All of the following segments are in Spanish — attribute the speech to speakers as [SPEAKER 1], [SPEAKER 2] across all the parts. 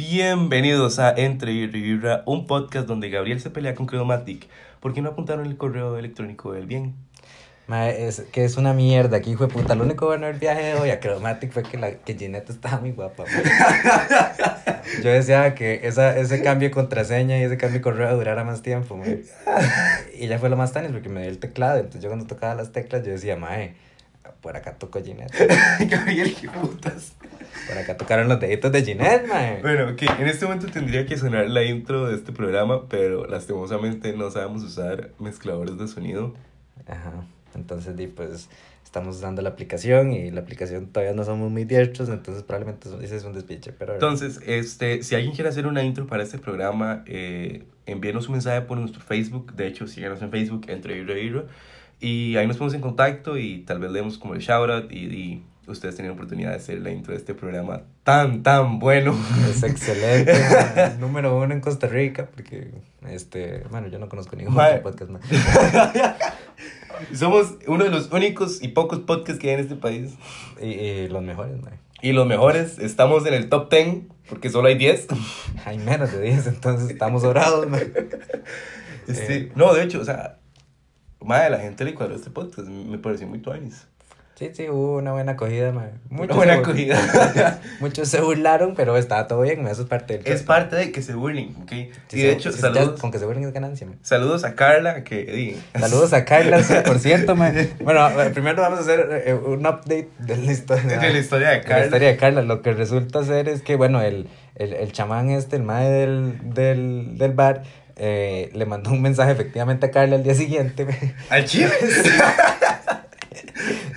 [SPEAKER 1] Bienvenidos a Entre Birra y Birra, un podcast donde Gabriel se pelea con Credomatic porque no apuntaron el correo electrónico del bien.
[SPEAKER 2] Mae, es que es una mierda, que hijo de puta. Lo único bueno del viaje de hoy a Chromatic fue que, la, que Ginette estaba muy guapa. mae. Yo deseaba que esa, ese cambio de contraseña y ese cambio de correo durara más tiempo. mae. Y ella fue lo más tanis porque me dio el teclado. Entonces yo cuando tocaba las teclas yo decía, mae, por acá tocó Ginette.
[SPEAKER 1] Gabriel, qué putas.
[SPEAKER 2] Por acá tocaron los deditos de Ginette, mae.
[SPEAKER 1] Bueno, que en este momento tendría que sonar la intro de este programa, pero lastimosamente no sabemos usar mezcladores de sonido.
[SPEAKER 2] Ajá. Entonces, di, pues estamos usando la aplicación y la aplicación todavía no somos muy diestros, entonces probablemente eso- ese es un despiche. Pero
[SPEAKER 1] Entonces, este, si alguien quiere hacer una intro para este programa, eh, envíenos un mensaje por nuestro Facebook. De hecho, síganos en Facebook, entre Vibra y Vibra. Y ahí nos ponemos en contacto y tal vez leemos como el shoutout y, y ustedes tienen oportunidad de hacer la intro de este programa tan, tan bueno.
[SPEAKER 2] Es excelente, mae. número uno en Costa Rica, porque, este, bueno, yo no conozco ningún
[SPEAKER 1] Mae.
[SPEAKER 2] otro podcast más.
[SPEAKER 1] Somos uno de los únicos y pocos podcasts que hay en este país.
[SPEAKER 2] Y, y los mejores, mae.
[SPEAKER 1] Y los mejores, estamos en el top 10 porque solo hay 10.
[SPEAKER 2] Hay menos de 10, entonces estamos orados, mae.
[SPEAKER 1] Este,
[SPEAKER 2] Eh.
[SPEAKER 1] No, de hecho, o sea, madre, la gente le cuadró este podcast. Me pareció muy tuanis.
[SPEAKER 2] Sí, sí, hubo una buena acogida, mae.
[SPEAKER 1] Una
[SPEAKER 2] Muchos
[SPEAKER 1] buena
[SPEAKER 2] se bur-
[SPEAKER 1] acogida.
[SPEAKER 2] Muchos se burlaron, pero estaba todo bien, mae, eso es parte del...
[SPEAKER 1] es parte de que se burlen, ¿ok?
[SPEAKER 2] Sí,
[SPEAKER 1] y de
[SPEAKER 2] se-
[SPEAKER 1] hecho,
[SPEAKER 2] sí, ya
[SPEAKER 1] saludos,
[SPEAKER 2] Con que se burlen es ganancia, mae.
[SPEAKER 1] saludos a Carla, que... di,
[SPEAKER 2] Saludos a Carla, por cierto, mae. Bueno, eh, primero vamos a hacer eh, un update de la historia.
[SPEAKER 1] de la historia de
[SPEAKER 2] Ah, de La
[SPEAKER 1] Carla.
[SPEAKER 2] historia de Carla, lo que resulta ser es que, bueno, el, el, el chamán este, el mae del, del, del bar, eh, le mandó un mensaje efectivamente a Carla al día siguiente. mae.
[SPEAKER 1] Al chile.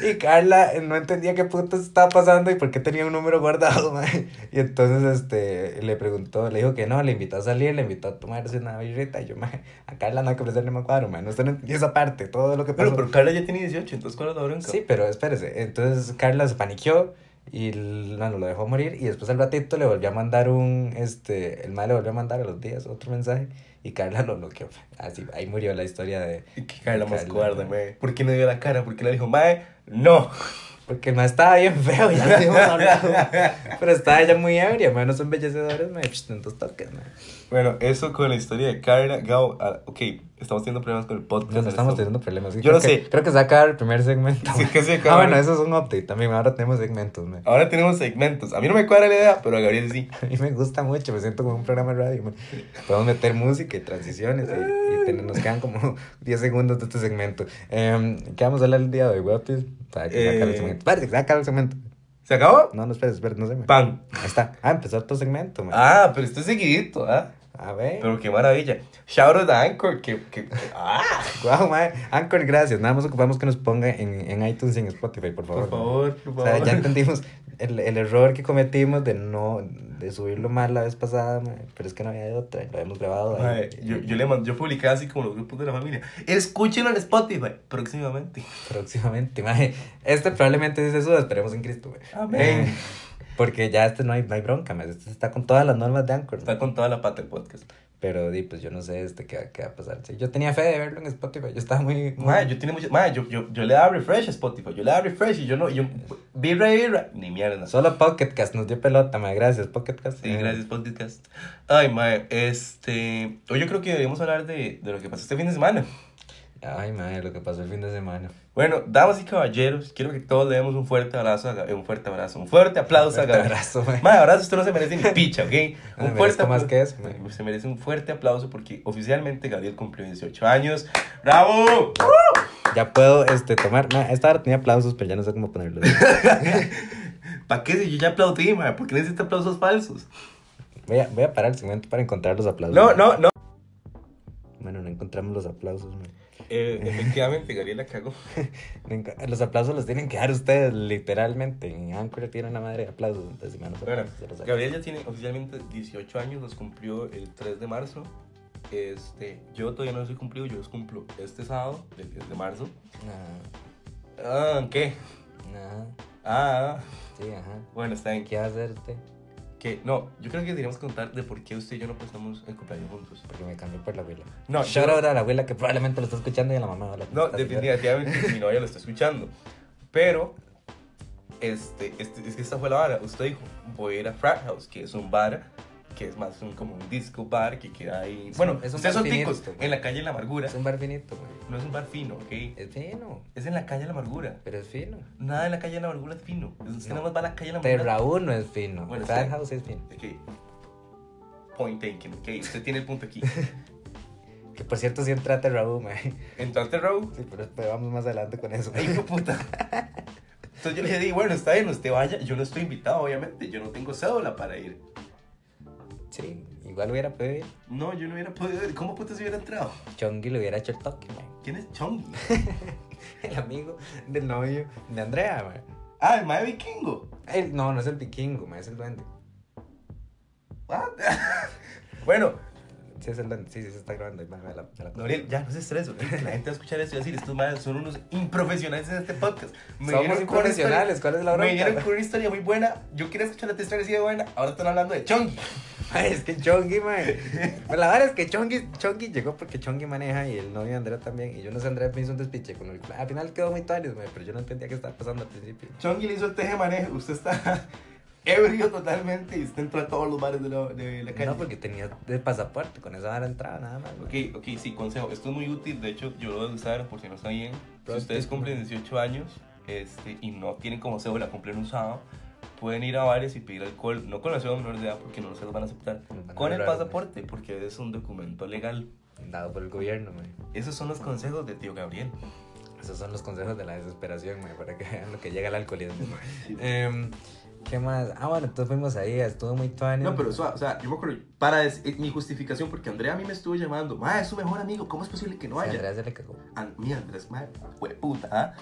[SPEAKER 2] Y Carla eh, no entendía qué puto estaba pasando y por qué tenía un número guardado, mae. Y entonces este, le preguntó, le dijo que no, le invitó a salir, le invitó a tomarse una birrita. Y yo, mae, a Carla no hay que ofrecerle más cuadro, mae. No usted no entendió esa parte, todo lo que pasó.
[SPEAKER 1] Bueno, pero Carla ya tiene 18, entonces ¿cuál es la bronca?
[SPEAKER 2] Sí, pero espérese. Entonces Carla se paniqueó y l- bueno, lo dejó morir. Y después al ratito le volvió a mandar un. este El mal le volvió a mandar a los días otro mensaje. Y Carla lo bloqueó. Así, ahí murió la historia de.
[SPEAKER 1] Y Que Carla más
[SPEAKER 2] Carla,
[SPEAKER 1] cobarde,
[SPEAKER 2] ¿no?
[SPEAKER 1] mae. ¿Por qué no dio la cara? ¿Por qué le dijo, mae, no?
[SPEAKER 2] Porque no estaba bien feo, ya lo habíamos hablado. Pero estaba ella muy ebria, man. No son embellecedores, man. Psh, Tantos toques, man.
[SPEAKER 1] Bueno, eso con la historia de Carla. Gao, ah, ok, estamos teniendo problemas con el podcast. este
[SPEAKER 2] No, no estamos teniendo problemas.
[SPEAKER 1] Yo
[SPEAKER 2] creo
[SPEAKER 1] no
[SPEAKER 2] que-
[SPEAKER 1] sé.
[SPEAKER 2] Creo que se va a acabar el primer segmento.
[SPEAKER 1] Sí,
[SPEAKER 2] man.
[SPEAKER 1] que se
[SPEAKER 2] Ah,
[SPEAKER 1] acaba.
[SPEAKER 2] bueno, eso es un update también. Ahora tenemos segmentos, man.
[SPEAKER 1] Ahora tenemos segmentos. A mí no me cuadra la idea, pero a Gabriel sí.
[SPEAKER 2] A mí me gusta mucho, me siento como un programa de radio. man. Podemos meter música y transiciones y, y ten- nos quedan como 10 segundos de este segmento. Em, ¿Qué vamos a hablar el día de hoy, guapis? Para que se acabe
[SPEAKER 1] Eh.
[SPEAKER 2] el segmento. Espérate, que se acabe el segmento.
[SPEAKER 1] ¿Se acabó?
[SPEAKER 2] No, no, espérate, espérate, no sé. man.
[SPEAKER 1] Pan.
[SPEAKER 2] Ahí está. Ah, empezó otro segmento, man.
[SPEAKER 1] Ah, pero esto es seguidito, ¿ah?
[SPEAKER 2] A ver.
[SPEAKER 1] Pero qué maravilla. Shout out a Anchor, que... que ¡Ah!
[SPEAKER 2] Guau, mae. Anchor, gracias. Nada más ocupamos que nos ponga en, en iTunes y en Spotify, por favor.
[SPEAKER 1] Por favor, por
[SPEAKER 2] O
[SPEAKER 1] favor.
[SPEAKER 2] sea, ya entendimos el, el error que cometimos de no de subirlo mal la vez pasada, mae, pero es que no había de otra, lo hemos grabado. ahí.
[SPEAKER 1] Mae, yo, yo le mando, yo publicaba así como los grupos de la familia. Escúchenlo en Spotify próximamente.
[SPEAKER 2] Próximamente, mae. Este probablemente sí se suba, esperemos en Cristo, mae.
[SPEAKER 1] Amén.
[SPEAKER 2] Eh, porque ya este no hay, no hay bronca, mae. Este está con todas las normas de Anchor. mae.
[SPEAKER 1] Está con toda la pata el podcast.
[SPEAKER 2] Pero di, pues yo no sé este qué, va- qué va a pasar. Sí, yo tenía fe de verlo en Spotify, yo estaba muy... muy-
[SPEAKER 1] Mae, yo tiene mucho. Mae, yo, yo, yo le daba refresh a Spotify. Yo le daba refresh y yo no. Yo, birra, birra. Ni mierda.
[SPEAKER 2] Solo Pocketcast nos dio pelota, mae. Gracias, Pocketcast.
[SPEAKER 1] Sí,
[SPEAKER 2] Eh,
[SPEAKER 1] gracias, podcast. Ay, mae, este. Hoy yo creo que deberíamos hablar de, de lo que pasó este fin de semana.
[SPEAKER 2] Ay, madre, lo que pasó el fin de semana.
[SPEAKER 1] Bueno, damas y caballeros, quiero que todos le demos un fuerte abrazo a Gab- Un fuerte abrazo. Un fuerte aplauso
[SPEAKER 2] Fuerte
[SPEAKER 1] a Gabriel.
[SPEAKER 2] abrazo, mae.
[SPEAKER 1] Mae, abrazo, usted no se merece ni picha, ¿ok?
[SPEAKER 2] No me merezco más
[SPEAKER 1] apla- Pues,
[SPEAKER 2] que eso, mae.
[SPEAKER 1] Se merece un fuerte aplauso porque oficialmente Gabriel cumplió 18 años. ¡Bravo!
[SPEAKER 2] Ya puedo este, tomar. mae, esta hora tenía aplausos, pero ya no sé cómo ponerlos.
[SPEAKER 1] ¿Para qué si yo ya aplaudí, mae? ¿Por qué necesita aplausos falsos?
[SPEAKER 2] Voy a, voy a parar el segmento para encontrar los aplausos.
[SPEAKER 1] No,
[SPEAKER 2] mae.
[SPEAKER 1] no, no.
[SPEAKER 2] Bueno, no encontramos los aplausos. mae.
[SPEAKER 1] Eh, efectivamente, Gabriel la cagó.
[SPEAKER 2] No enco- Los aplausos los tienen que dar ustedes, literalmente. En Anchor tiene una madre de aplausos. Entonces, si me dan los
[SPEAKER 1] Bueno,
[SPEAKER 2] aplausos, se los doy.
[SPEAKER 1] Gabriel ya tiene oficialmente 18 años, los cumplió el 3 de marzo. Este, yo todavía no los he cumplido, yo los cumplo este sábado, el 10 de marzo. Ah, ¿qué?
[SPEAKER 2] No, no,
[SPEAKER 1] Ah,
[SPEAKER 2] sí, ajá.
[SPEAKER 1] bueno, está bien.
[SPEAKER 2] ¿Qué va a hacer este? usted?
[SPEAKER 1] Que, no, yo creo que deberíamos contar de por qué usted y yo no pasamos el cumpleaños juntos.
[SPEAKER 2] Porque me cambié por la abuela.
[SPEAKER 1] No,
[SPEAKER 2] Shout
[SPEAKER 1] yo-
[SPEAKER 2] out a la abuela que probablemente lo está escuchando y a la mamá. hola, ¿cómo
[SPEAKER 1] No,
[SPEAKER 2] estás, señora?
[SPEAKER 1] definitivamente mi novia lo está escuchando. Pero, este, este, es que esta fue la vara. Usted dijo, voy a ir a Frat House, que es un bar que es más un, como un disco bar que queda ahí. Bueno,
[SPEAKER 2] es un
[SPEAKER 1] ustedes son
[SPEAKER 2] bar finito, pues.
[SPEAKER 1] ticos,
[SPEAKER 2] güey.
[SPEAKER 1] en la calle de la amargura.
[SPEAKER 2] Es un bar finito, güey.
[SPEAKER 1] No es un bar fino, ¿ok?
[SPEAKER 2] Es fino,
[SPEAKER 1] Es en la calle de la amargura.
[SPEAKER 2] pero es fino.
[SPEAKER 1] Nada en la calle de la amargura es fino. Usted
[SPEAKER 2] No.
[SPEAKER 1] nada más va a la calle de la amargura.
[SPEAKER 2] Terra 1 es fino.
[SPEAKER 1] Bueno, está bien.
[SPEAKER 2] House es fino.
[SPEAKER 1] Ok. Point taken, ok. Usted tiene el punto aquí.
[SPEAKER 2] Que por cierto, sí entra a Terra 1, mae.
[SPEAKER 1] Entonces, Raúl,
[SPEAKER 2] Sí, pero después vamos más adelante con eso.
[SPEAKER 1] Ay, hijo de puta. Entonces yo le dije, bueno, está bien, usted vaya. Yo no estoy invitado, obviamente. Yo no tengo cédula para ir.
[SPEAKER 2] Sí, igual hubiera podido ir.
[SPEAKER 1] No, yo no hubiera podido ir. ¿Cómo puta se hubiera entrado?
[SPEAKER 2] Chongi le hubiera hecho el toque, mae.
[SPEAKER 1] ¿Quién es Chongi?
[SPEAKER 2] El amigo del novio de Andrea, mae.
[SPEAKER 1] Ah, el mae vikingo.
[SPEAKER 2] El- no, no es el vikingo, mae, es el duende.
[SPEAKER 1] What? bueno,
[SPEAKER 2] Sí, es el duende. Sí, sí, se está grabando. ahí, mae, mae, la- la-
[SPEAKER 1] Gabriel, ya no se estrese. ok. La gente va a escuchar eso y va a decir, estos madres son unos improfesionales en este podcast.
[SPEAKER 2] Somos
[SPEAKER 1] vinieron con una historia-
[SPEAKER 2] improfesionales, ¿cuál es la
[SPEAKER 1] Me
[SPEAKER 2] bronca?
[SPEAKER 1] vinieron con una historia muy buena. Yo quería escuchar la historia así de buena. Ahora están hablando de Chongi.
[SPEAKER 2] Mae, es que Chongi, mae. Pero la verdad es que Chongi, Chongi llegó porque Chongi maneja y el novio de Andrea también. Y yo no sé, Andrea me hizo un despiche con el. Al final quedó muy tuanis, mae, pero yo no entendía qué estaba pasando al principio.
[SPEAKER 1] Chongi le hizo el teje manejo. Usted está ebrio totalmente y usted entró a todos los bares de la, de la calle.
[SPEAKER 2] No, pues porque tenía de pasaporte, con esa vara entraba nada más. mae.
[SPEAKER 1] Ok, ok, sí, consejo. Esto es muy útil. De hecho, yo lo voy a usar por si no sabían. Si
[SPEAKER 2] Práctico.
[SPEAKER 1] ustedes cumplen 18 años este, y no tienen como cédula, cumplen un sábado, pueden ir a bares y pedir alcohol. No con la cédula menor de edad porque no se los van a aceptar.
[SPEAKER 2] Van a
[SPEAKER 1] Con el
[SPEAKER 2] hablar,
[SPEAKER 1] pasaporte, porque es un documento legal.
[SPEAKER 2] Dado por el gobierno, mae.
[SPEAKER 1] Esos son los consejos de tío Gabriel.
[SPEAKER 2] Esos son los consejos de la desesperación, mae, para que vean lo que llega al alcoholismo.
[SPEAKER 1] Eh,
[SPEAKER 2] Em, ¿Qué más? Ah, bueno, entonces fuimos ahí, estuvo muy tuanis.
[SPEAKER 1] No, pero suave, o sea, yo me acuerdo, para des- eh, mi justificación, porque Andrea a mí me estuvo llamando, ma, es su mejor amigo, ¿cómo es posible que no
[SPEAKER 2] Sí,
[SPEAKER 1] haya?
[SPEAKER 2] Andrea se le cagó.
[SPEAKER 1] An- mira, Andrés, ma, hueputa, ¿ah?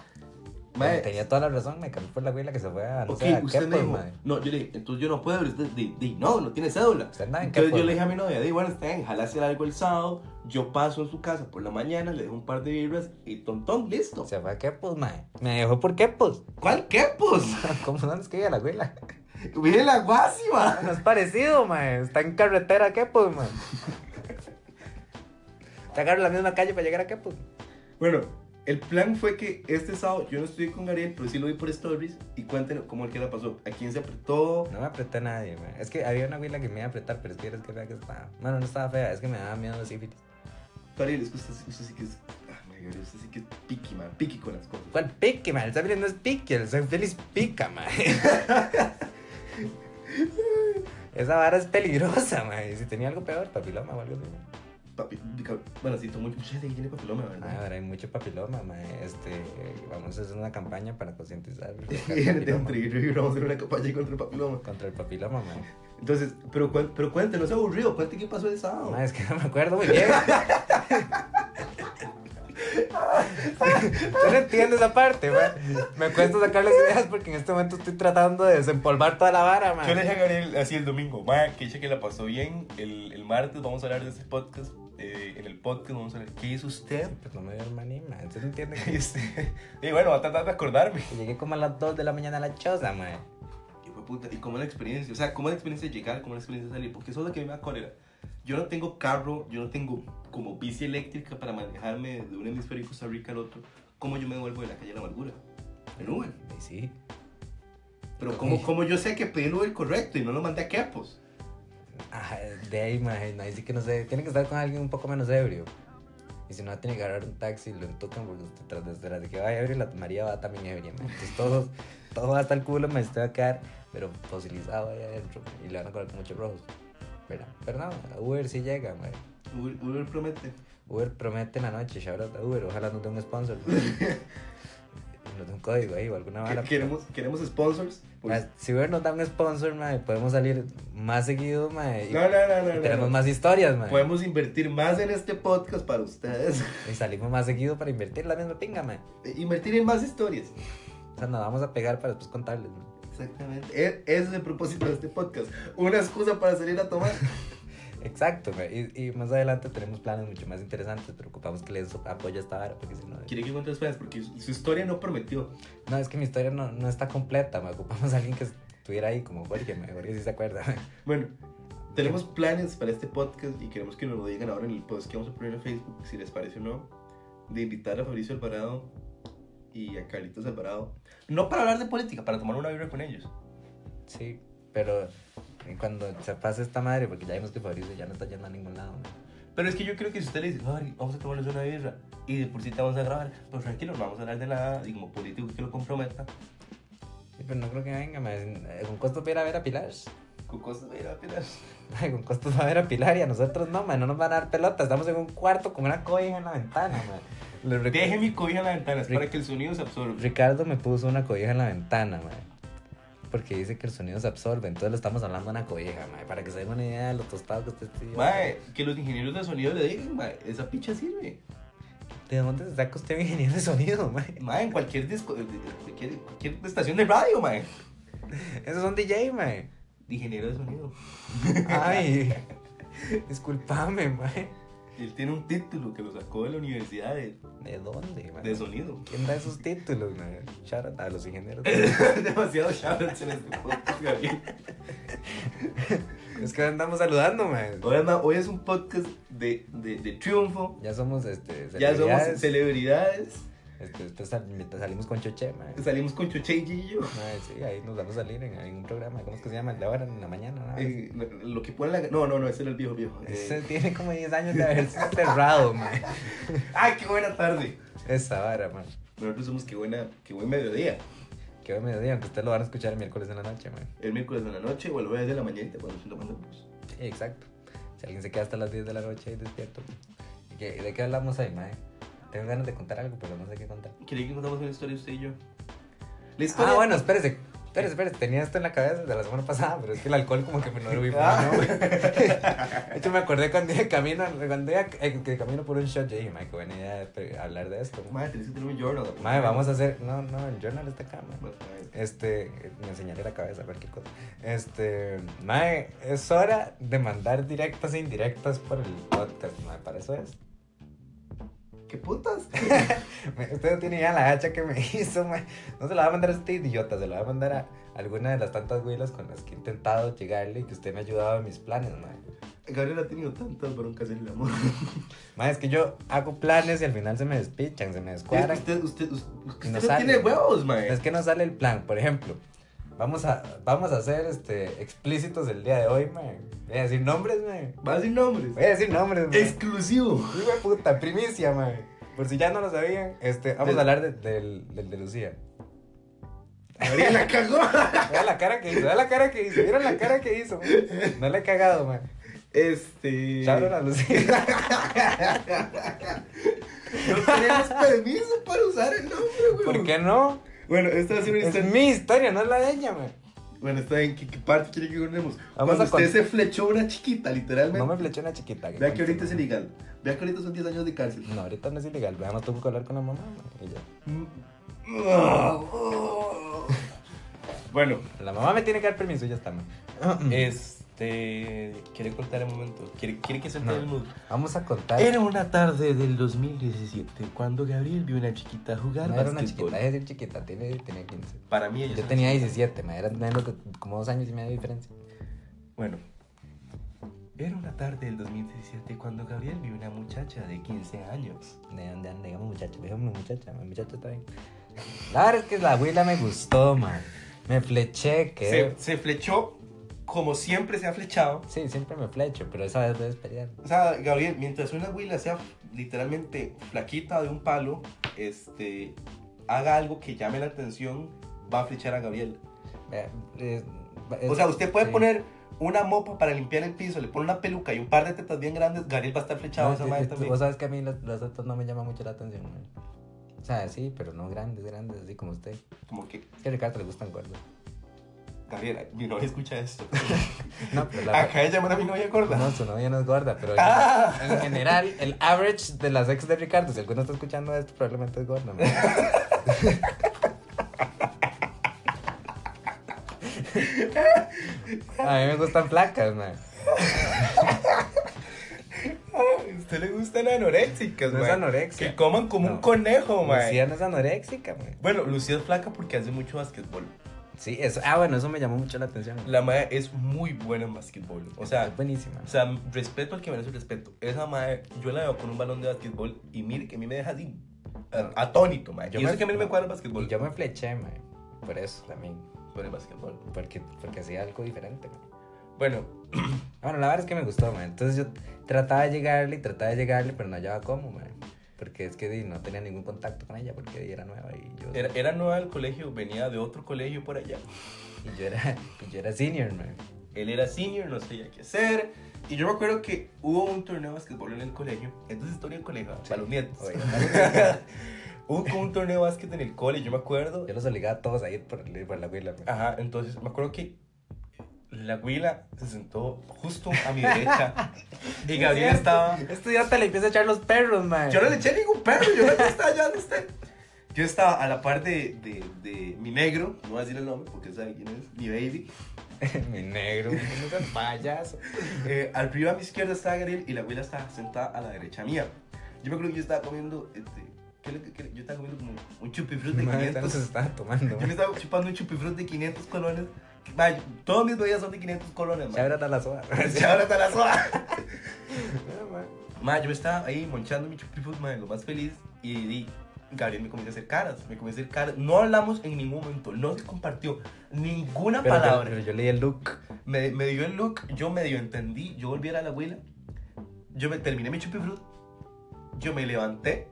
[SPEAKER 1] Ma,
[SPEAKER 2] Bueno, tenía toda la razón, me cambió por la güila que se fue a no
[SPEAKER 1] ok,
[SPEAKER 2] sé a
[SPEAKER 1] usted me
[SPEAKER 2] Quepos,
[SPEAKER 1] dijo,
[SPEAKER 2] mae.
[SPEAKER 1] no, yo le dije, entonces yo no puedo, pero usted, di, di, no, no tiene cédula.
[SPEAKER 2] Usted andaba en
[SPEAKER 1] Entonces
[SPEAKER 2] Quepos,
[SPEAKER 1] yo le dije a
[SPEAKER 2] mae.
[SPEAKER 1] mi novia, di, bueno, está bien, ojalá hacer algo el sábado, yo paso en su casa por la mañana, le dejo un par de vibras y tontón, listo.
[SPEAKER 2] Se fue a Quepos, mae. Me dejó por Quepos.
[SPEAKER 1] ¿Cuál quepos?
[SPEAKER 2] ¿Cómo no les a la güila?
[SPEAKER 1] Mire la guásima.
[SPEAKER 2] No es parecido, mae. Está en carretera a Quepos, mae. Te agarro la misma calle para llegar a Quepos.
[SPEAKER 1] Bueno, el plan fue que este sábado yo no estudié con Gabriel, pero sí lo vi por stories y cuéntenos cómo el que la pasó, a quién se apretó.
[SPEAKER 2] No me apreté a nadie, mae. Es que había una güila que me iba a apretar, pero es que eres que fea que estaba. Bueno, no estaba fea, es que me daba miedo la sífilis.
[SPEAKER 1] Gabriel, es que usted, usted sí que es. Ah, my God, usted sí que es piqui, man, piqui con las cosas.
[SPEAKER 2] ¿Cuál pique, mae? El sífilis no es pique, el sífilis pica, mae. Esa vara es peligrosa, mae. Si tenía algo peor, papiloma o algo así. mae.
[SPEAKER 1] Papi, pica- bueno, sí, tomó mucha gente que tiene papiloma,
[SPEAKER 2] Ah,
[SPEAKER 1] ¿verdad?
[SPEAKER 2] ahora hay mucho papiloma, mae. Este, eh, vamos a hacer una campaña para concientizar el
[SPEAKER 1] De
[SPEAKER 2] papiloma.
[SPEAKER 1] entre y vamos a hacer una campaña contra el papiloma.
[SPEAKER 2] contra el papiloma, mae.
[SPEAKER 1] Entonces, pero, cuen- pero cuente, no sea aburrido, cuente qué pasó el sábado.
[SPEAKER 2] Mae, es que no me acuerdo muy bien. Yo no entiendo esa parte, mae. Me cuesta sacar las ideas porque en este momento estoy tratando de desempolvar toda la vara, mae.
[SPEAKER 1] Yo le dije a Gabriel así el domingo, ma, que dice que la pasó bien. El, el martes vamos a hablar de este podcast. eh, en el podcast vamos a hablar, ¿qué hizo usted?
[SPEAKER 2] Pues no me dio el maní, mae. Entonces no entiende que
[SPEAKER 1] Este, y bueno, va a tratar de acordarme.
[SPEAKER 2] que llegué como a las 2 de la mañana a la choza, mae.
[SPEAKER 1] Y fue puta, ¿y cómo es la experiencia? O sea, ¿cómo es la experiencia de llegar? ¿Cómo es la experiencia de salir? Porque eso es lo que a mí me da cólera. Yo no tengo carro, yo no tengo como bici eléctrica para manejarme de un hemisferio de Costa Rica al otro. ¿Cómo yo me devuelvo de la calle de la amargura? En Uber.
[SPEAKER 2] Y sí.
[SPEAKER 1] Pero ¿cómo, cómo yo sé que pedí el Uber correcto y no lo mandé a Quepos?
[SPEAKER 2] Ah, de ahí, mae, no, ahí sí que no sé. Tiene que estar con alguien un poco menos ebrio. Y si no, tiene que agarrar un taxi y lo tocan porque usted tras de esperar de que vaya ebrio, la María va también ebria, mae. Entonces todos, todo hasta el culo, me estoy a quedar, pero fosilizado ahí adentro. mae, Y le van a cobrar con muchos rojos. Pero, pero no, Uber sí llega, mae.
[SPEAKER 1] Uber, Uber promete.
[SPEAKER 2] Uber promete en la noche, shout out a Uber, ojalá nos dé un sponsor. mae. Y nos dé un código ahí o alguna
[SPEAKER 1] Que-
[SPEAKER 2] vara.
[SPEAKER 1] queremos, queremos sponsors. pues-
[SPEAKER 2] Mae, Ah, Si Uber nos da un sponsor, mae, podemos salir más seguido, mae. y-
[SPEAKER 1] no, no, no,
[SPEAKER 2] y
[SPEAKER 1] no, no,
[SPEAKER 2] tenemos
[SPEAKER 1] no.
[SPEAKER 2] más historias, mae.
[SPEAKER 1] Podemos invertir más en este podcast para ustedes.
[SPEAKER 2] Y salimos más seguido para invertir la misma pinga, man.
[SPEAKER 1] Invertir en más historias.
[SPEAKER 2] O sea, nos vamos a pegar para después contarles, man.
[SPEAKER 1] Exactamente. E- Ese es el propósito de este podcast. Una excusa para salir a tomar.
[SPEAKER 2] Exacto, man. Y, y más adelante tenemos planes mucho más interesantes, pero ocupamos que les apoye esta vara, porque si no...
[SPEAKER 1] Quiere que cuente después porque su su historia no prometió.
[SPEAKER 2] No, es que mi historia no, no está completa, man. Ocupamos a alguien que estuviera ahí como Jorge, man. Jorge sí se acuerda, man.
[SPEAKER 1] Bueno, tenemos planes para este podcast y queremos que nos lo digan ahora en el post que vamos a poner en Facebook, si les parece o no, de invitar a Fabricio Alvarado y a Carlitos Alvarado. No para hablar de política, para tomar una vibra con ellos.
[SPEAKER 2] Sí, pero eh, cuando se pase esta madre, porque ya vimos que Fabricio ya no está yendo a ningún lado. ¿no?
[SPEAKER 1] Pero es que yo creo que si usted le dice, "Fabri, vamos a tomarnos una birra y de por sí te vamos a grabar, pues tranquilo, no vamos a hablar de nada y como político que lo comprometa,
[SPEAKER 2] Sí, pero no creo que venga, mae. Eh, Con costos va a ir a ver a Pilar.
[SPEAKER 1] con cosas de ir a pilar.
[SPEAKER 2] Mae, con costos va a ver a Pilar y a nosotros no, mae, no nos van a dar pelotas. Estamos en un cuarto con una cobija en la ventana, mae. Le recu-
[SPEAKER 1] Deje mi cobija en la ventana, es para que el sonido se absorba.
[SPEAKER 2] Ricardo me puso una cobija en la ventana, mae. Porque dice que el sonido se absorbe, entonces le estamos hablando a una cobija, mae, para que se den una idea de lo tostado que este usted estuvo.
[SPEAKER 1] Mae, que los ingenieros de sonido le digan, mae, esa picha sirve.
[SPEAKER 2] ¿De dónde se saca usted un ingeniero de sonido, mae?
[SPEAKER 1] Mae, en cualquier, disco, eh, de- de- cualquier, cualquier estación de radio, mae.
[SPEAKER 2] Esos son DJ, mae.
[SPEAKER 1] Ingeniero de sonido.
[SPEAKER 2] Ay, disculpame, mae.
[SPEAKER 1] Él tiene un título que lo sacó de la universidad de,
[SPEAKER 2] ¿De dónde, mae?
[SPEAKER 1] de sonido.
[SPEAKER 2] ¿Quién da esos títulos, mae? Shout out a los ingenieros.
[SPEAKER 1] Demasiado shoutouts en este podcast, Gabriel.
[SPEAKER 2] es que andamos saludando, mae.
[SPEAKER 1] Hoy, anda- hoy es un podcast de, de, de triunfo.
[SPEAKER 2] Ya somos, este,
[SPEAKER 1] Ya somos
[SPEAKER 2] celebridades.
[SPEAKER 1] celebridades.
[SPEAKER 2] Este, después sal- salimos con Choche, mae.
[SPEAKER 1] Salimos con Choche y Gillo.
[SPEAKER 2] Mae, sí, ahí nos vamos a salir en, en un programa, ¿cómo es que se llama? La hora en la mañana, ¿no?
[SPEAKER 1] Eh, lo que pone la. No, no, no, ese era el viejo viejo. Eh,
[SPEAKER 2] Ese tiene como 10 años de haberse cerrado, mae.
[SPEAKER 1] ¡Ay, qué buena tarde!
[SPEAKER 2] Esa vara, man.
[SPEAKER 1] Nosotros somos qué, buena, qué buen mediodía.
[SPEAKER 2] Que hoy mediodía, aunque ustedes lo van a escuchar el miércoles en la noche, man.
[SPEAKER 1] El miércoles de la noche o el jueves de la mañana cuando estoy tomando el bus.
[SPEAKER 2] Sí, exacto. Si alguien se queda hasta las 10 de la noche ahí despierto. ¿Y qué- ¿De qué hablamos ahí, mae? Tengo ganas de contar algo, pero no sé qué contar.
[SPEAKER 1] ¿Quería que contamos una historia usted y yo? La historia.
[SPEAKER 2] Ah, bueno, espérese. Espérese, espérese. Tenía esto en la cabeza desde la semana pasada, pero es que el alcohol como que me lo vi.
[SPEAKER 1] Ah.
[SPEAKER 2] ¿no? De hecho, me acordé cuando iba camino, cuando iba, eh, que camino por un shot, yo dije, mae, qué buena idea de pre- hablar de esto.
[SPEAKER 1] Madre, tenés que tener un journal.
[SPEAKER 2] Mae, vamos a hacer... No, no, el journal está acá, mae.
[SPEAKER 1] Bueno, madre.
[SPEAKER 2] Este, me enseñaré la cabeza a ver qué cosa. Este, mae, es hora de mandar directas e indirectas por el podcast, mae, para eso es.
[SPEAKER 1] ¿Qué putas?
[SPEAKER 2] Me- Usted no tiene idea la hacha que me hizo, mae. No se la va a mandar a este idiota, se la va a mandar a alguna de las tantas güilas con las que he intentado llegarle y que usted me ha ayudado en mis planes, mae.
[SPEAKER 1] Gabriel ha tenido tantas broncas en el amor.
[SPEAKER 2] Mae, es que yo hago planes y al final se me despichan, se me
[SPEAKER 1] Es que
[SPEAKER 2] descuadran.
[SPEAKER 1] usted, usted, usted, usted
[SPEAKER 2] Y
[SPEAKER 1] no
[SPEAKER 2] no sale.
[SPEAKER 1] tiene huevos, mae.
[SPEAKER 2] Es que no sale el plan, por ejemplo. Vamos a, vamos a ser este, explícitos el día de hoy, mae. Voy a decir nombres, mae.
[SPEAKER 1] Va a decir nombres.
[SPEAKER 2] Voy a decir nombres, mae.
[SPEAKER 1] Exclusivo.
[SPEAKER 2] Hijo de puta, primicia, mae. Por si ya no lo sabían, este, vamos
[SPEAKER 1] Del-
[SPEAKER 2] a hablar de- del, del de Lucía.
[SPEAKER 1] Gabriel la cagó.
[SPEAKER 2] Vea la cara que hizo, vea la cara que hizo, vieron la cara que hizo. mae? No le he cagado, mae.
[SPEAKER 1] Este.
[SPEAKER 2] Chabron a Lucía.
[SPEAKER 1] No tenemos permiso para usar el nombre, güey.
[SPEAKER 2] ¿Por qué no?
[SPEAKER 1] Bueno, esta va a ser una
[SPEAKER 2] Es
[SPEAKER 1] historia.
[SPEAKER 2] mi historia, no es la de ella, mae.
[SPEAKER 1] Bueno, está bien. ¿Qué, qué parte quiere que contemos?
[SPEAKER 2] Vamos
[SPEAKER 1] Cuando
[SPEAKER 2] a
[SPEAKER 1] usted
[SPEAKER 2] cont-
[SPEAKER 1] se flechó una chiquita, literalmente.
[SPEAKER 2] No me flechó una chiquita.
[SPEAKER 1] Vea que ahorita es
[SPEAKER 2] ilegal.
[SPEAKER 1] ilegal. Vea que ahorita son 10 años de cárcel.
[SPEAKER 2] No, ahorita no es ilegal. Veamos, tuvo que hablar con la mamá, mae, y ya.
[SPEAKER 1] Mm. Bueno,
[SPEAKER 2] La mamá me tiene que dar permiso, ya está. Eh, ma. Mm.
[SPEAKER 1] este. Quiere cortar el momento. Quiere, quiere que se
[SPEAKER 2] No. Ah.
[SPEAKER 1] el mood.
[SPEAKER 2] Vamos a contar.
[SPEAKER 1] Era una tarde del 2017 cuando Gabriel vio una chiquita jugar
[SPEAKER 2] no era una
[SPEAKER 1] basquetbol.
[SPEAKER 2] chiquita, es decir, chiquita, tiene- tenía 15.
[SPEAKER 1] Para mí ella es
[SPEAKER 2] Yo
[SPEAKER 1] una
[SPEAKER 2] tenía
[SPEAKER 1] chiquita.
[SPEAKER 2] 17, ma, era menos de como dos años y medio de diferencia.
[SPEAKER 1] Bueno. Era una tarde del 2017 cuando Gabriel vio una muchacha de 15 años.
[SPEAKER 2] ¿De dónde anda? Digamos muchacho, digamos muchacha, ma, muchacha está bien. La verdad es que la abuela me gustó, man. Me fleché, que.
[SPEAKER 1] Se, se flechó como siempre se ha flechado.
[SPEAKER 2] Sí. siempre me flecho, pero esa vez voy a esperar.
[SPEAKER 1] O sea, Gabriel, mientras una güila sea literalmente flaquita de un palo, este, haga algo que llame la atención, va a flechar a Gabriel.
[SPEAKER 2] Vea, es-
[SPEAKER 1] O sea, usted puede
[SPEAKER 2] sí.
[SPEAKER 1] poner una mopa para limpiar el piso, le pone una peluca y un par de tetas bien grandes, Gabriel va a estar flechado a
[SPEAKER 2] No,
[SPEAKER 1] esa
[SPEAKER 2] sí,
[SPEAKER 1] madre
[SPEAKER 2] sí,
[SPEAKER 1] también.
[SPEAKER 2] Vos sabes que a mí las, las tetas no me llaman mucho la atención, ma. O sea, sí, pero no grandes, grandes, así como usted.
[SPEAKER 1] Como que,
[SPEAKER 2] Es que a Ricardo le gustan gordos.
[SPEAKER 1] Gabriel, mi novia escucha esto.
[SPEAKER 2] No, pero la
[SPEAKER 1] Acá de llamar a mi novia gorda.
[SPEAKER 2] No, su novia no es gorda, pero
[SPEAKER 1] Ah.
[SPEAKER 2] en general, el average de las ex de Ricardo, si alguno está escuchando esto, probablemente es gorda. mae. A mí me gustan flacas, man.
[SPEAKER 1] A usted le gustan anoréxicas,
[SPEAKER 2] No es
[SPEAKER 1] mae.
[SPEAKER 2] anorexia.
[SPEAKER 1] Que coman como un
[SPEAKER 2] No.
[SPEAKER 1] conejo, mae.
[SPEAKER 2] Lucía no es anoréxica, man.
[SPEAKER 1] Bueno, Lucía es flaca porque hace mucho basquetbol.
[SPEAKER 2] Sí, eso. Ah, bueno, eso me llamó mucho la atención. mae.
[SPEAKER 1] La mae es muy buena en basquetbol. O sea,
[SPEAKER 2] es buenísima.
[SPEAKER 1] o sea, respeto al que merece el respeto. Esa mae, yo la veo con un balón de basquetbol y mire que a mí me deja así a- atónito, mae. Yo y eso que a mí no me cuadra el
[SPEAKER 2] Y
[SPEAKER 1] basquetbol.
[SPEAKER 2] yo me fleché, man. Por eso también.
[SPEAKER 1] Por el basquetbol.
[SPEAKER 2] Porque, porque hacía algo diferente, mae.
[SPEAKER 1] Bueno,
[SPEAKER 2] Bueno, la verdad es que me gustó, man. Entonces yo trataba de llegarle y trataba de llegarle, pero no hallaba cómo, man. Porque es que di, no tenía ningún contacto con ella porque di, era nueva y yo
[SPEAKER 1] era, era nueva al colegio, venía de otro colegio por allá.
[SPEAKER 2] y yo era, y yo era senior, man.
[SPEAKER 1] Él era senior, no sabía qué hacer. Y yo me acuerdo que hubo un torneo de basquetbol en el colegio. Entonces estoy en el colegio, ¿ah? para los nietos.
[SPEAKER 2] Oye,
[SPEAKER 1] Hubo como un torneo de básquet en el cole, yo me acuerdo.
[SPEAKER 2] yo los obligaba a todos a ir por, por la huila, man.
[SPEAKER 1] Ajá, entonces me acuerdo que la güila se sentó justo a mi derecha. y Gabriel estaba.
[SPEAKER 2] Este idiota le empieza a echar los perros, man.
[SPEAKER 1] Yo no le eché ningún perro, yo no estaba ya de usted. Yo estaba a la par de, de, de mi negro, no voy a decir el nombre porque sabe quién es, mi baby.
[SPEAKER 2] Mi negro, man, no seas payaso.
[SPEAKER 1] Eh, arriba a mi izquierda estaba Gabriel y la abuela estaba sentada a la derecha mía. Yo me acuerdo que yo estaba comiendo, este, ¿qué es lo que- qué- yo estaba comiendo como un chupifrut de
[SPEAKER 2] Man, esta no
[SPEAKER 1] 500.
[SPEAKER 2] se estaba tomando,
[SPEAKER 1] Yo me
[SPEAKER 2] man.
[SPEAKER 1] estaba chupando un chupifrut de 500 colones. Vaya, todos mis bebidas son de 500 colones,
[SPEAKER 2] Ya
[SPEAKER 1] man.
[SPEAKER 2] era la soda. man.
[SPEAKER 1] Se abre hasta la soda.
[SPEAKER 2] Ah, man.
[SPEAKER 1] Ma, yo estaba ahí monchando mi chupifrut, ma, lo más feliz. Y, di, Gabriel me comienza a hacer caras, me comienza a hacer caras. No hablamos en ningún momento, no se compartió ninguna
[SPEAKER 2] Pero, yo,
[SPEAKER 1] palabra.
[SPEAKER 2] pero yo leí el look.
[SPEAKER 1] Me, me dio el look, yo medio entendí, yo volví a la abuela, yo me terminé mi chupifrut, yo me levanté,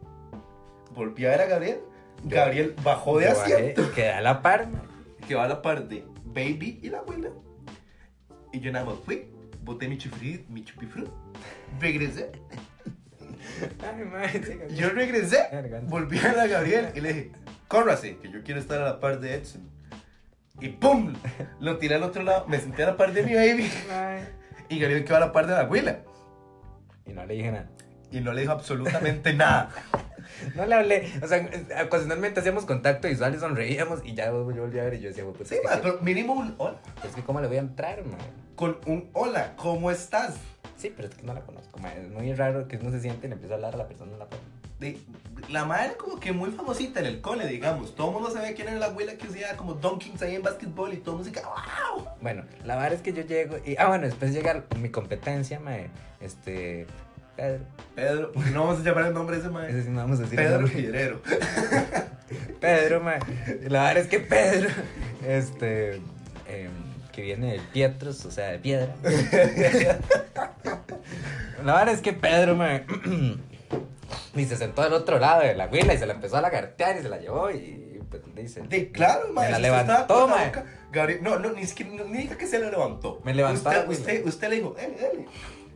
[SPEAKER 1] volví a ver a Gabriel,
[SPEAKER 2] Yo-
[SPEAKER 1] Gabriel bajó de
[SPEAKER 2] Yo bajé
[SPEAKER 1] asiento,
[SPEAKER 2] y Quedé a la par, man.
[SPEAKER 1] que va a la par de Baby y la abuela, y yo nada más fui, boté mi chupifrut, mi chupifrut, regresé,
[SPEAKER 2] Ay, man, siga,
[SPEAKER 1] yo regresé,
[SPEAKER 2] Garganta.
[SPEAKER 1] volví a la Gabriel y le dije, córrase, que yo quiero estar a la par de Edson, y ¡pum! Lo tiré al otro lado, me senté a la par de mi Baby,
[SPEAKER 2] man.
[SPEAKER 1] y Gabriel quedó a la par de la abuela.
[SPEAKER 2] Y no le dije nada.
[SPEAKER 1] y no le dijo absolutamente nada.
[SPEAKER 2] No le hablé. O sea, eh, ocasionalmente hacíamos contacto visual y sonreíamos y ya yo volví a ver y yo decía, "Güey, pues,
[SPEAKER 1] Sí,
[SPEAKER 2] es, que, pues,
[SPEAKER 1] ma, pero mínimo un hola.
[SPEAKER 2] es que cómo le voy a entrar, man.
[SPEAKER 1] Con un hola, ¿cómo estás?
[SPEAKER 2] Sí, pero es que no la conozco, man. Es muy raro que uno se siente y le empieza a hablar a la persona en la forma.
[SPEAKER 1] De- la madre era como que muy famosita en el cole, digamos. Todo el mundo sabía quién era la abuela que hacía como donkings ahí en básquetbol y todo Ah, el mundo se quedaba, ¡Wow!
[SPEAKER 2] Bueno, la verdad es que yo llego y. Ah, bueno, después llega mi competencia, man. Este. Pedro.
[SPEAKER 1] Pedro, porque no vamos a llamar el nombre de ese
[SPEAKER 2] Ese
[SPEAKER 1] maestro.
[SPEAKER 2] sí no vamos a decir. el
[SPEAKER 1] Pedro
[SPEAKER 2] nombre.
[SPEAKER 1] Piedrero.
[SPEAKER 2] Pedro, man. La verdad es que Pedro, este, em, que viene de Pietros, o sea, de piedra. la verdad es que Pedro, man, y se sentó del otro lado de la huila y se la empezó a lagartear y se la llevó y, pues, dice.
[SPEAKER 1] De claro,
[SPEAKER 2] Me
[SPEAKER 1] maestro.
[SPEAKER 2] la
[SPEAKER 1] usted
[SPEAKER 2] levantó,
[SPEAKER 1] estaba con la
[SPEAKER 2] mae.
[SPEAKER 1] boca- Gabriel, no, no, ni siquiera, no, ni diga que se la levantó.
[SPEAKER 2] Me pues, levantó la
[SPEAKER 1] Usted,
[SPEAKER 2] abuela.
[SPEAKER 1] usted, usted le dijo, dale, dale.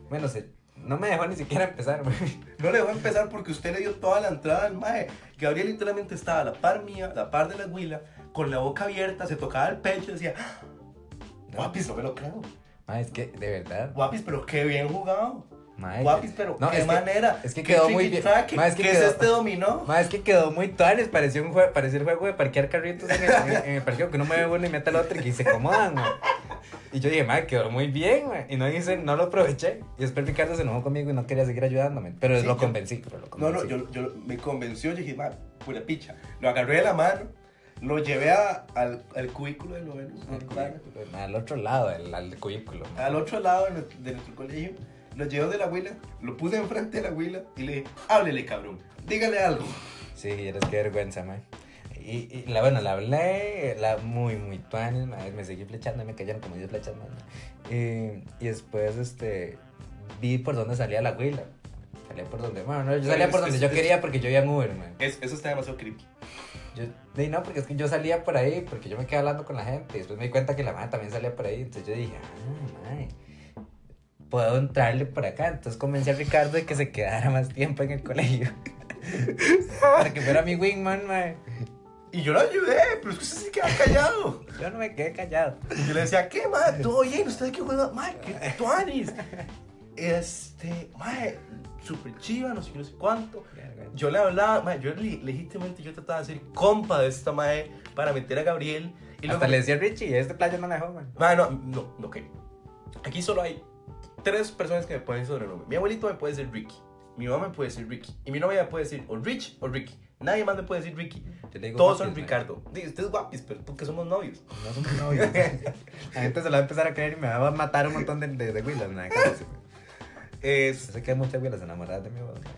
[SPEAKER 2] Bueno, se- no me dejó ni siquiera empezar, man.
[SPEAKER 1] No le voy a empezar porque usted le dio toda la entrada al mae. Gabriel literalmente estaba a la par mía, a la par de la huila, con la boca abierta, se tocaba el pecho y decía, "Ah, guapis, no me lo creo.
[SPEAKER 2] Ma, es que, de verdad.
[SPEAKER 1] Guapis, pero qué bien jugado.
[SPEAKER 2] ma,
[SPEAKER 1] Guapis,
[SPEAKER 2] que-
[SPEAKER 1] pero
[SPEAKER 2] no,
[SPEAKER 1] qué
[SPEAKER 2] es que-
[SPEAKER 1] manera.
[SPEAKER 2] es que
[SPEAKER 1] Qué
[SPEAKER 2] quedó muy
[SPEAKER 1] tricky
[SPEAKER 2] bien.
[SPEAKER 1] track,
[SPEAKER 2] Ma, es que
[SPEAKER 1] ¿Qué
[SPEAKER 2] quedó-
[SPEAKER 1] es este dominó?
[SPEAKER 2] Ma, es que quedó muy tuanes, parecía un juego, parecía el juego de parquear carritos en el, en- en el parqueo, que uno mueve uno y mete al otro y se acomodan, ma. Y yo dije, ma, quedó muy bien, ma. Y no hice, no lo aproveché. Y después Ricardo se enojó conmigo y no quería seguir ayudándome. Pero
[SPEAKER 1] Sí,
[SPEAKER 2] lo
[SPEAKER 1] yo-
[SPEAKER 2] convencí, pero lo
[SPEAKER 1] No, no,
[SPEAKER 2] convencí.
[SPEAKER 1] yo, yo- me convenció, yo dije, mae, pura picha. Lo agarré de la mano, lo llevé a- al, al cubículo de noveno.
[SPEAKER 2] Al cubículo, ma, Pues, Al otro lado, al, al cubículo. ma.
[SPEAKER 1] al otro lado de nuestro, de nuestro colegio, lo llevó de la abuela, lo puse enfrente de la abuela y le dije, háblele cabrón, dígale algo.
[SPEAKER 2] Sí, eres qué vergüenza, ma. Y, y la, bueno, la hablé, la muy, muy tuanes, ma, me seguí flechando, me cayeron como 10 flechas, ma. Y, y después, este, vi por dónde salía la huila. Salía por donde, bueno, no, yo
[SPEAKER 1] Pero
[SPEAKER 2] salía por
[SPEAKER 1] es-
[SPEAKER 2] donde
[SPEAKER 1] es-
[SPEAKER 2] yo
[SPEAKER 1] es-
[SPEAKER 2] quería porque yo iba en Uber, man.
[SPEAKER 1] Es- eso está demasiado creepy.
[SPEAKER 2] Yo, di, no, porque es que yo salía por ahí, porque yo me quedé hablando con la gente. Y después me di cuenta que la madre también salía por ahí, entonces yo dije, ah, madre. Puedo entrarle por acá. Entonces convencí a Ricardo de que se quedara más tiempo en el colegio. Para que fuera mi wingman, madre.
[SPEAKER 1] Y yo lo ayudé, pero es que usted se quedaba callado.
[SPEAKER 2] Yo no me quedé callado.
[SPEAKER 1] Y yo le decía, ¿qué, madre? ¿Todo bien? ¿Usted qué juega? Madre, ¿qué tuanis? Este, madre, súper chiva, no sé qué, no sé cuánto. Yo le hablaba, madre, yo le- legítimamente yo trataba de ser compa de esta madre para meter a Gabriel. Y luego-
[SPEAKER 2] Hasta le decía a Richie, este playa no la dejó, man.
[SPEAKER 1] Ah, no, no, no, ok. Aquí solo hay tres personas que me pueden decir sobrenombre. Mi abuelito me puede decir Ricky. Mi mamá me puede decir Ricky. Y mi novia me puede decir o Rich o Ricky. Nadie más me puede decir Ricky.
[SPEAKER 2] Yo le digo
[SPEAKER 1] Todos son
[SPEAKER 2] guapis, man.
[SPEAKER 1] Ricardo. Digo, ustedes guapis, pero porque somos novios.
[SPEAKER 2] No somos novios. la gente se lo va a empezar a creer y me va a matar un montón de, de, de huilas, man. cállese, man. Yo
[SPEAKER 1] Es.
[SPEAKER 2] sé que hay muchas huilas enamoradas de mi voz, man.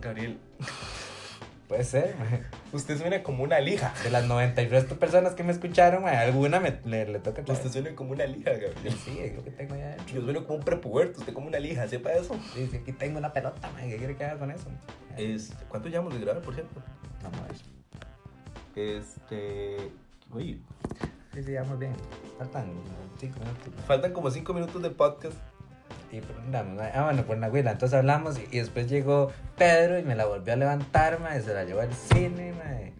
[SPEAKER 1] Gabriel.
[SPEAKER 2] Puede ser, mae.
[SPEAKER 1] Usted suena como una lija.
[SPEAKER 2] De las 90 y resto personas que me escucharon, mae, alguna me, le, le toca traer.
[SPEAKER 1] Usted suena como una lija, Gabriel.
[SPEAKER 2] Sí, es lo que tengo ya dentro.
[SPEAKER 1] Yo sueno como un prepuberto, usted como una lija, sepa eso.
[SPEAKER 2] Dice, aquí tengo una pelota, mae, ¿qué quiere que haga con eso?
[SPEAKER 1] Es, ¿Cuánto llevamos de grabar, por cierto?
[SPEAKER 2] Vamos a ver.
[SPEAKER 1] Este. Oye,
[SPEAKER 2] Sí, sí, vamos bien. Faltan 5 minutos. mae.
[SPEAKER 1] faltan como 5 minutos de podcast.
[SPEAKER 2] Y preguntamos, mae, ah, bueno, por Nahuila. Entonces hablamos y, y después llegó Pedro y me la volvió a levantar, mae, se la llevó al cine, mae.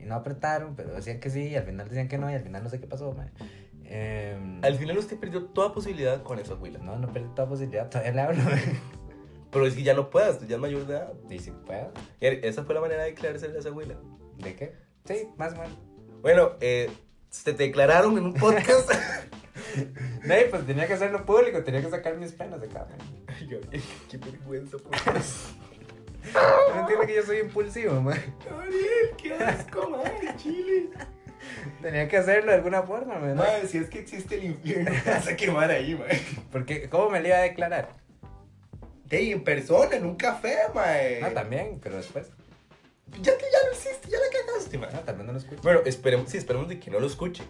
[SPEAKER 2] Y no apretaron, pero decían que sí, y al final decían que no, y al final no sé qué pasó, mae. Em, pues,
[SPEAKER 1] Al final usted perdió toda posibilidad con esas huilas.
[SPEAKER 2] No, no perdí toda posibilidad, todavía le hablo, mae.
[SPEAKER 1] Pero es que ya no puedas, ya es mayor de edad.
[SPEAKER 2] Y si puedo,
[SPEAKER 1] Er, Esa fue la manera de declararse a esa huila.
[SPEAKER 2] ¿de qué? Sí, más o menos.
[SPEAKER 1] Bueno, eh, se te declararon en un podcast.
[SPEAKER 2] No, y pues tenía que hacerlo público, tenía que sacar mis penas de cada mae.
[SPEAKER 1] Ay, Gabriel, qué vergüenza, por Dios.
[SPEAKER 2] No entiendo que yo soy impulsivo, mae.
[SPEAKER 1] Gabriel, qué asco, madre, chile.
[SPEAKER 2] Tenía que hacerlo de alguna forma, mae. ¿no?
[SPEAKER 1] Madre, si es que existe el infierno, te vas a quemar ahí, madre.
[SPEAKER 2] Porque, ¿cómo me lo iba a declarar?
[SPEAKER 1] Hey, en persona, en un café, madre.
[SPEAKER 2] No, también, pero después.
[SPEAKER 1] Ya que ya lo hiciste, ya la cagaste, madre.
[SPEAKER 2] No, también no lo escucho.
[SPEAKER 1] Bueno, esperemos, sí, esperemos de que no lo escuche.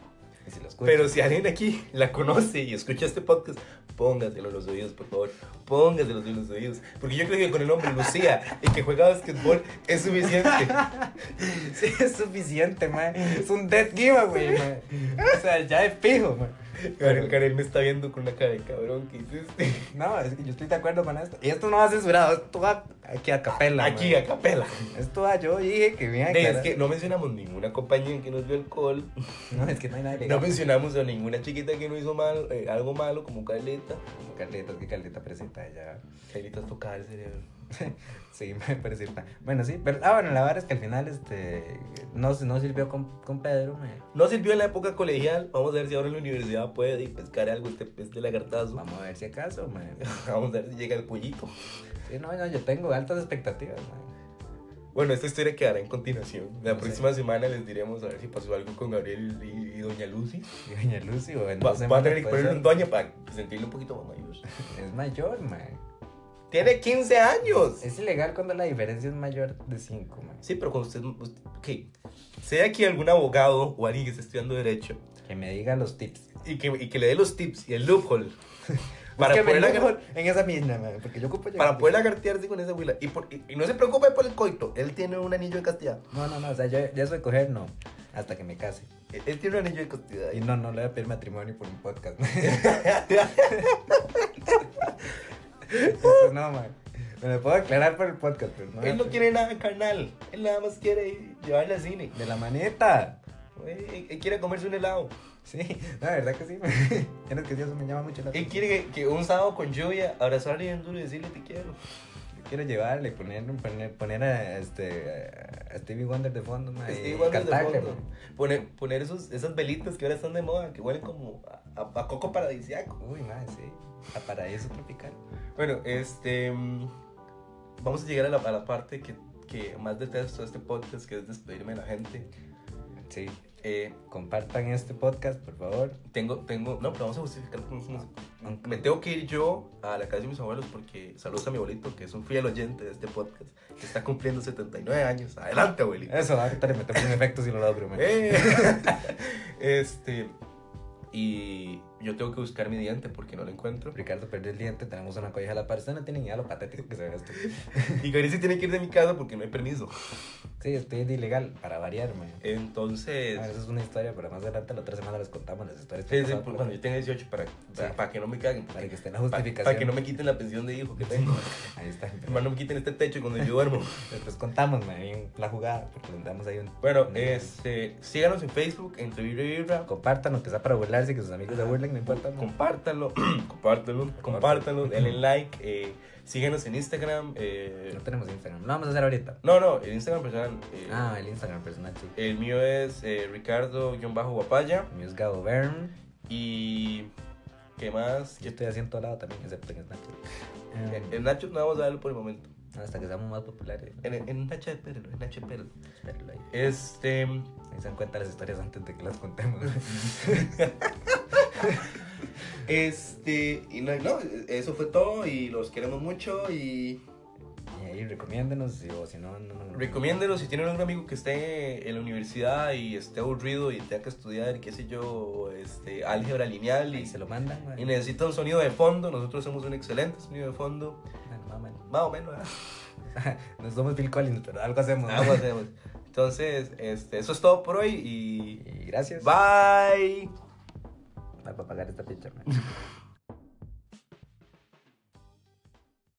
[SPEAKER 2] Y si lo escucho.
[SPEAKER 1] Pero si alguien aquí la conoce y escucha este podcast, póngaselo en los oídos, por favor. Póngaselo en los oídos. Porque yo creo que con el nombre Lucía y que juega basquetbol es suficiente.
[SPEAKER 2] Sí, es suficiente, mae. Es un dead giveaway, mae. O sea, ya es fijo, mae.
[SPEAKER 1] Karen, Karen me está viendo con una cara de cabrón que hiciste.
[SPEAKER 2] No, es que yo estoy de acuerdo con esto. Y esto no va censurado, esto va aquí a capela.
[SPEAKER 1] Aquí,
[SPEAKER 2] mae.
[SPEAKER 1] a capela.
[SPEAKER 2] Esto va, yo dije que me iba a
[SPEAKER 1] Ey, Es
[SPEAKER 2] declarar.
[SPEAKER 1] que no mencionamos ninguna compañía en que nos dio alcohol.
[SPEAKER 2] No, es que no hay nada
[SPEAKER 1] No
[SPEAKER 2] legal.
[SPEAKER 1] mencionamos a ninguna chiquita que no hizo mal, eh, algo malo como Carlita.
[SPEAKER 2] Como Carlita, que pues, Carlita presenta ella.
[SPEAKER 1] Carlita tocaba el cerebro.
[SPEAKER 2] Sí, me presenta. Bueno, sí, pero. Ah, bueno, la verdad es que al final, este. No, no sirvió con, con Pedro, mae.
[SPEAKER 1] No sirvió en la época colegial. Vamos a ver si ahora en la universidad puede y pescar algo este pez de lagartazo.
[SPEAKER 2] Vamos a ver si acaso, mae.
[SPEAKER 1] Vamos a ver si llega el pollito.
[SPEAKER 2] Sí, no, no, yo tengo altas expectativas, mae.
[SPEAKER 1] Bueno, esta historia quedará en continuación. La
[SPEAKER 2] No sé.
[SPEAKER 1] próxima semana les diremos a ver si pasó algo con Gabriel y, y Doña Lucy.
[SPEAKER 2] Y Doña Lucy, o
[SPEAKER 1] Va,
[SPEAKER 2] en dos
[SPEAKER 1] va a
[SPEAKER 2] semanas
[SPEAKER 1] tener que
[SPEAKER 2] puede
[SPEAKER 1] poner
[SPEAKER 2] ser.
[SPEAKER 1] un Doña para sentirle un poquito más mayor.
[SPEAKER 2] Es mayor, mae.
[SPEAKER 1] ¡Tiene 15 años!
[SPEAKER 2] Es ilegal cuando la diferencia es mayor de 5, mae.
[SPEAKER 1] Sí, pero cuando usted. usted- ok. Sea aquí algún abogado o alguien que esté estudiando Derecho
[SPEAKER 2] Que me diga los tips.
[SPEAKER 1] y que, y que le dé los tips y el loophole para
[SPEAKER 2] Búsqueme
[SPEAKER 1] poder,
[SPEAKER 2] el
[SPEAKER 1] agar-
[SPEAKER 2] mejor en esa misma, mae. Porque yo ocupo
[SPEAKER 1] para
[SPEAKER 2] llegar-
[SPEAKER 1] poder lagartearse con esa abuela. Y, por- y- y no se preocupe por el coito. Él tiene un anillo de castidad.
[SPEAKER 2] No, no, no, o sea, yo ya soy coger, no. Hasta que me case.
[SPEAKER 1] Él, E, él tiene un anillo de castidad.
[SPEAKER 2] Y no, no le voy a pedir matrimonio por un podcast, mae. Eso no, mae. Me lo puedo aclarar por el podcast, pero no.
[SPEAKER 1] Él no quiere nada carnal. Él nada más quiere ir- llevarla al cine.
[SPEAKER 2] De la maneta.
[SPEAKER 1] Él, él- él quiere comerse un helado.
[SPEAKER 2] Sí, la verdad que sí. Tienes que sí, eso me llama mucho la
[SPEAKER 1] Él
[SPEAKER 2] atención.
[SPEAKER 1] quiere que, que un sábado con lluvia abrazarle bien duro y decirle te quiero.
[SPEAKER 2] Yo Quiero llevarle, poner, poner, poner a, este, a Stevie Wonder de fondo, mae,
[SPEAKER 1] Este,
[SPEAKER 2] y
[SPEAKER 1] igual desde
[SPEAKER 2] cantarle,
[SPEAKER 1] fondo.
[SPEAKER 2] mae.
[SPEAKER 1] Poner, poner esos, esas velitas que ahora están de moda, que huelen como a, a- a coco paradisiaco.
[SPEAKER 2] Uy, mae, sí. Ah, A paraíso tropical.
[SPEAKER 1] Bueno, este. mm, Vamos a llegar a la, a la parte que, que más detesto de este podcast, que es despedirme de la gente.
[SPEAKER 2] Sí.
[SPEAKER 1] Eh,
[SPEAKER 2] Compartan este podcast, por favor.
[SPEAKER 1] tengo, tengo. No, pero vamos a justificar con unos-
[SPEAKER 2] Aunque-
[SPEAKER 1] Me tengo que ir yo a la casa de mis abuelos porque saludos a mi abuelito, que es un fiel oyente de este podcast, que está cumpliendo 79 años. Adelante, abuelito.
[SPEAKER 2] Eso, ahorita le metemos un efecto si lo logro, mae.
[SPEAKER 1] Eh. este. Y yo tengo que buscar mi diente porque no lo encuentro.
[SPEAKER 2] Ricardo perdió el diente, tenemos una colleja a la par. Ustedes no tienen idea lo patético que se ve esto.
[SPEAKER 1] Y Gary se tiene que ir de mi casa porque no hay permiso.
[SPEAKER 2] Sí, estoy de ilegal, para variar, mae.
[SPEAKER 1] Eh, Entonces.
[SPEAKER 2] Ah, esa es una historia, pero más adelante la otra semana les contamos las historias. que
[SPEAKER 1] sí, sí,
[SPEAKER 2] pasaron
[SPEAKER 1] por-
[SPEAKER 2] por-
[SPEAKER 1] cuando yo tenga 18, para, para, para que no me caguen.
[SPEAKER 2] Para que esté la
[SPEAKER 1] Pa- Para,
[SPEAKER 2] justificación.
[SPEAKER 1] que no me quiten la pensión de hijo que tengo.
[SPEAKER 2] Ahí está.
[SPEAKER 1] Hermano, no me quiten este techo cuando yo duermo.
[SPEAKER 2] Después contamos, mae, bien la jugada, porque contamos ahí un...
[SPEAKER 1] Bueno,
[SPEAKER 2] un-
[SPEAKER 1] este, síganos en Facebook, en Vibra y Vibra.
[SPEAKER 2] Compartan, aunque sea para burlarse, que sus amigos se burlen, no importa. mae.
[SPEAKER 1] Compártanlo, compártanlo, compártanlo, denle like, eh, síguenos en Instagram. eh,
[SPEAKER 2] No tenemos Instagram, lo vamos a hacer ahorita.
[SPEAKER 1] no, no, el Instagram personal. eh,
[SPEAKER 2] Ah, el Instagram personal, sí.
[SPEAKER 1] El mío es eh, Ricardo-Guapaya.
[SPEAKER 2] Mi es Gabo Bern.
[SPEAKER 1] Y. ¿Qué más?
[SPEAKER 2] Yo estoy haciendo todo lado también, excepto en Snapchat. Eh,
[SPEAKER 1] En Nacho no vamos a darlo por el momento.
[SPEAKER 2] hasta que seamos más populares.
[SPEAKER 1] En, en Nacho, espérenlo, en Nacho, espérenlo.
[SPEAKER 2] Espérenlo ahí.
[SPEAKER 1] Este.
[SPEAKER 2] Ahí se dan cuenta las historias antes de que las contemos.
[SPEAKER 1] Este. Y no, no, eso fue todo y los queremos mucho y.
[SPEAKER 2] Y ahí recomiéndenos y- o si no, no, no.
[SPEAKER 1] Recomiéndenos si tienen algún amigo que esté en la universidad y esté aburrido y tenga que estudiar, qué sé yo, este, álgebra lineal
[SPEAKER 2] Y
[SPEAKER 1] y,
[SPEAKER 2] se lo mandan,
[SPEAKER 1] y
[SPEAKER 2] güey.
[SPEAKER 1] necesita un sonido de fondo. Nosotros somos un excelente sonido de fondo,
[SPEAKER 2] Ah, no, man.
[SPEAKER 1] más o menos. ¿verdad?
[SPEAKER 2] No somos Bill Collins, pero algo hacemos.
[SPEAKER 1] Algo hacemos. Entonces, este, eso es todo por hoy y
[SPEAKER 2] Y gracias.
[SPEAKER 1] bye.
[SPEAKER 2] Para pagar esta pinche, man.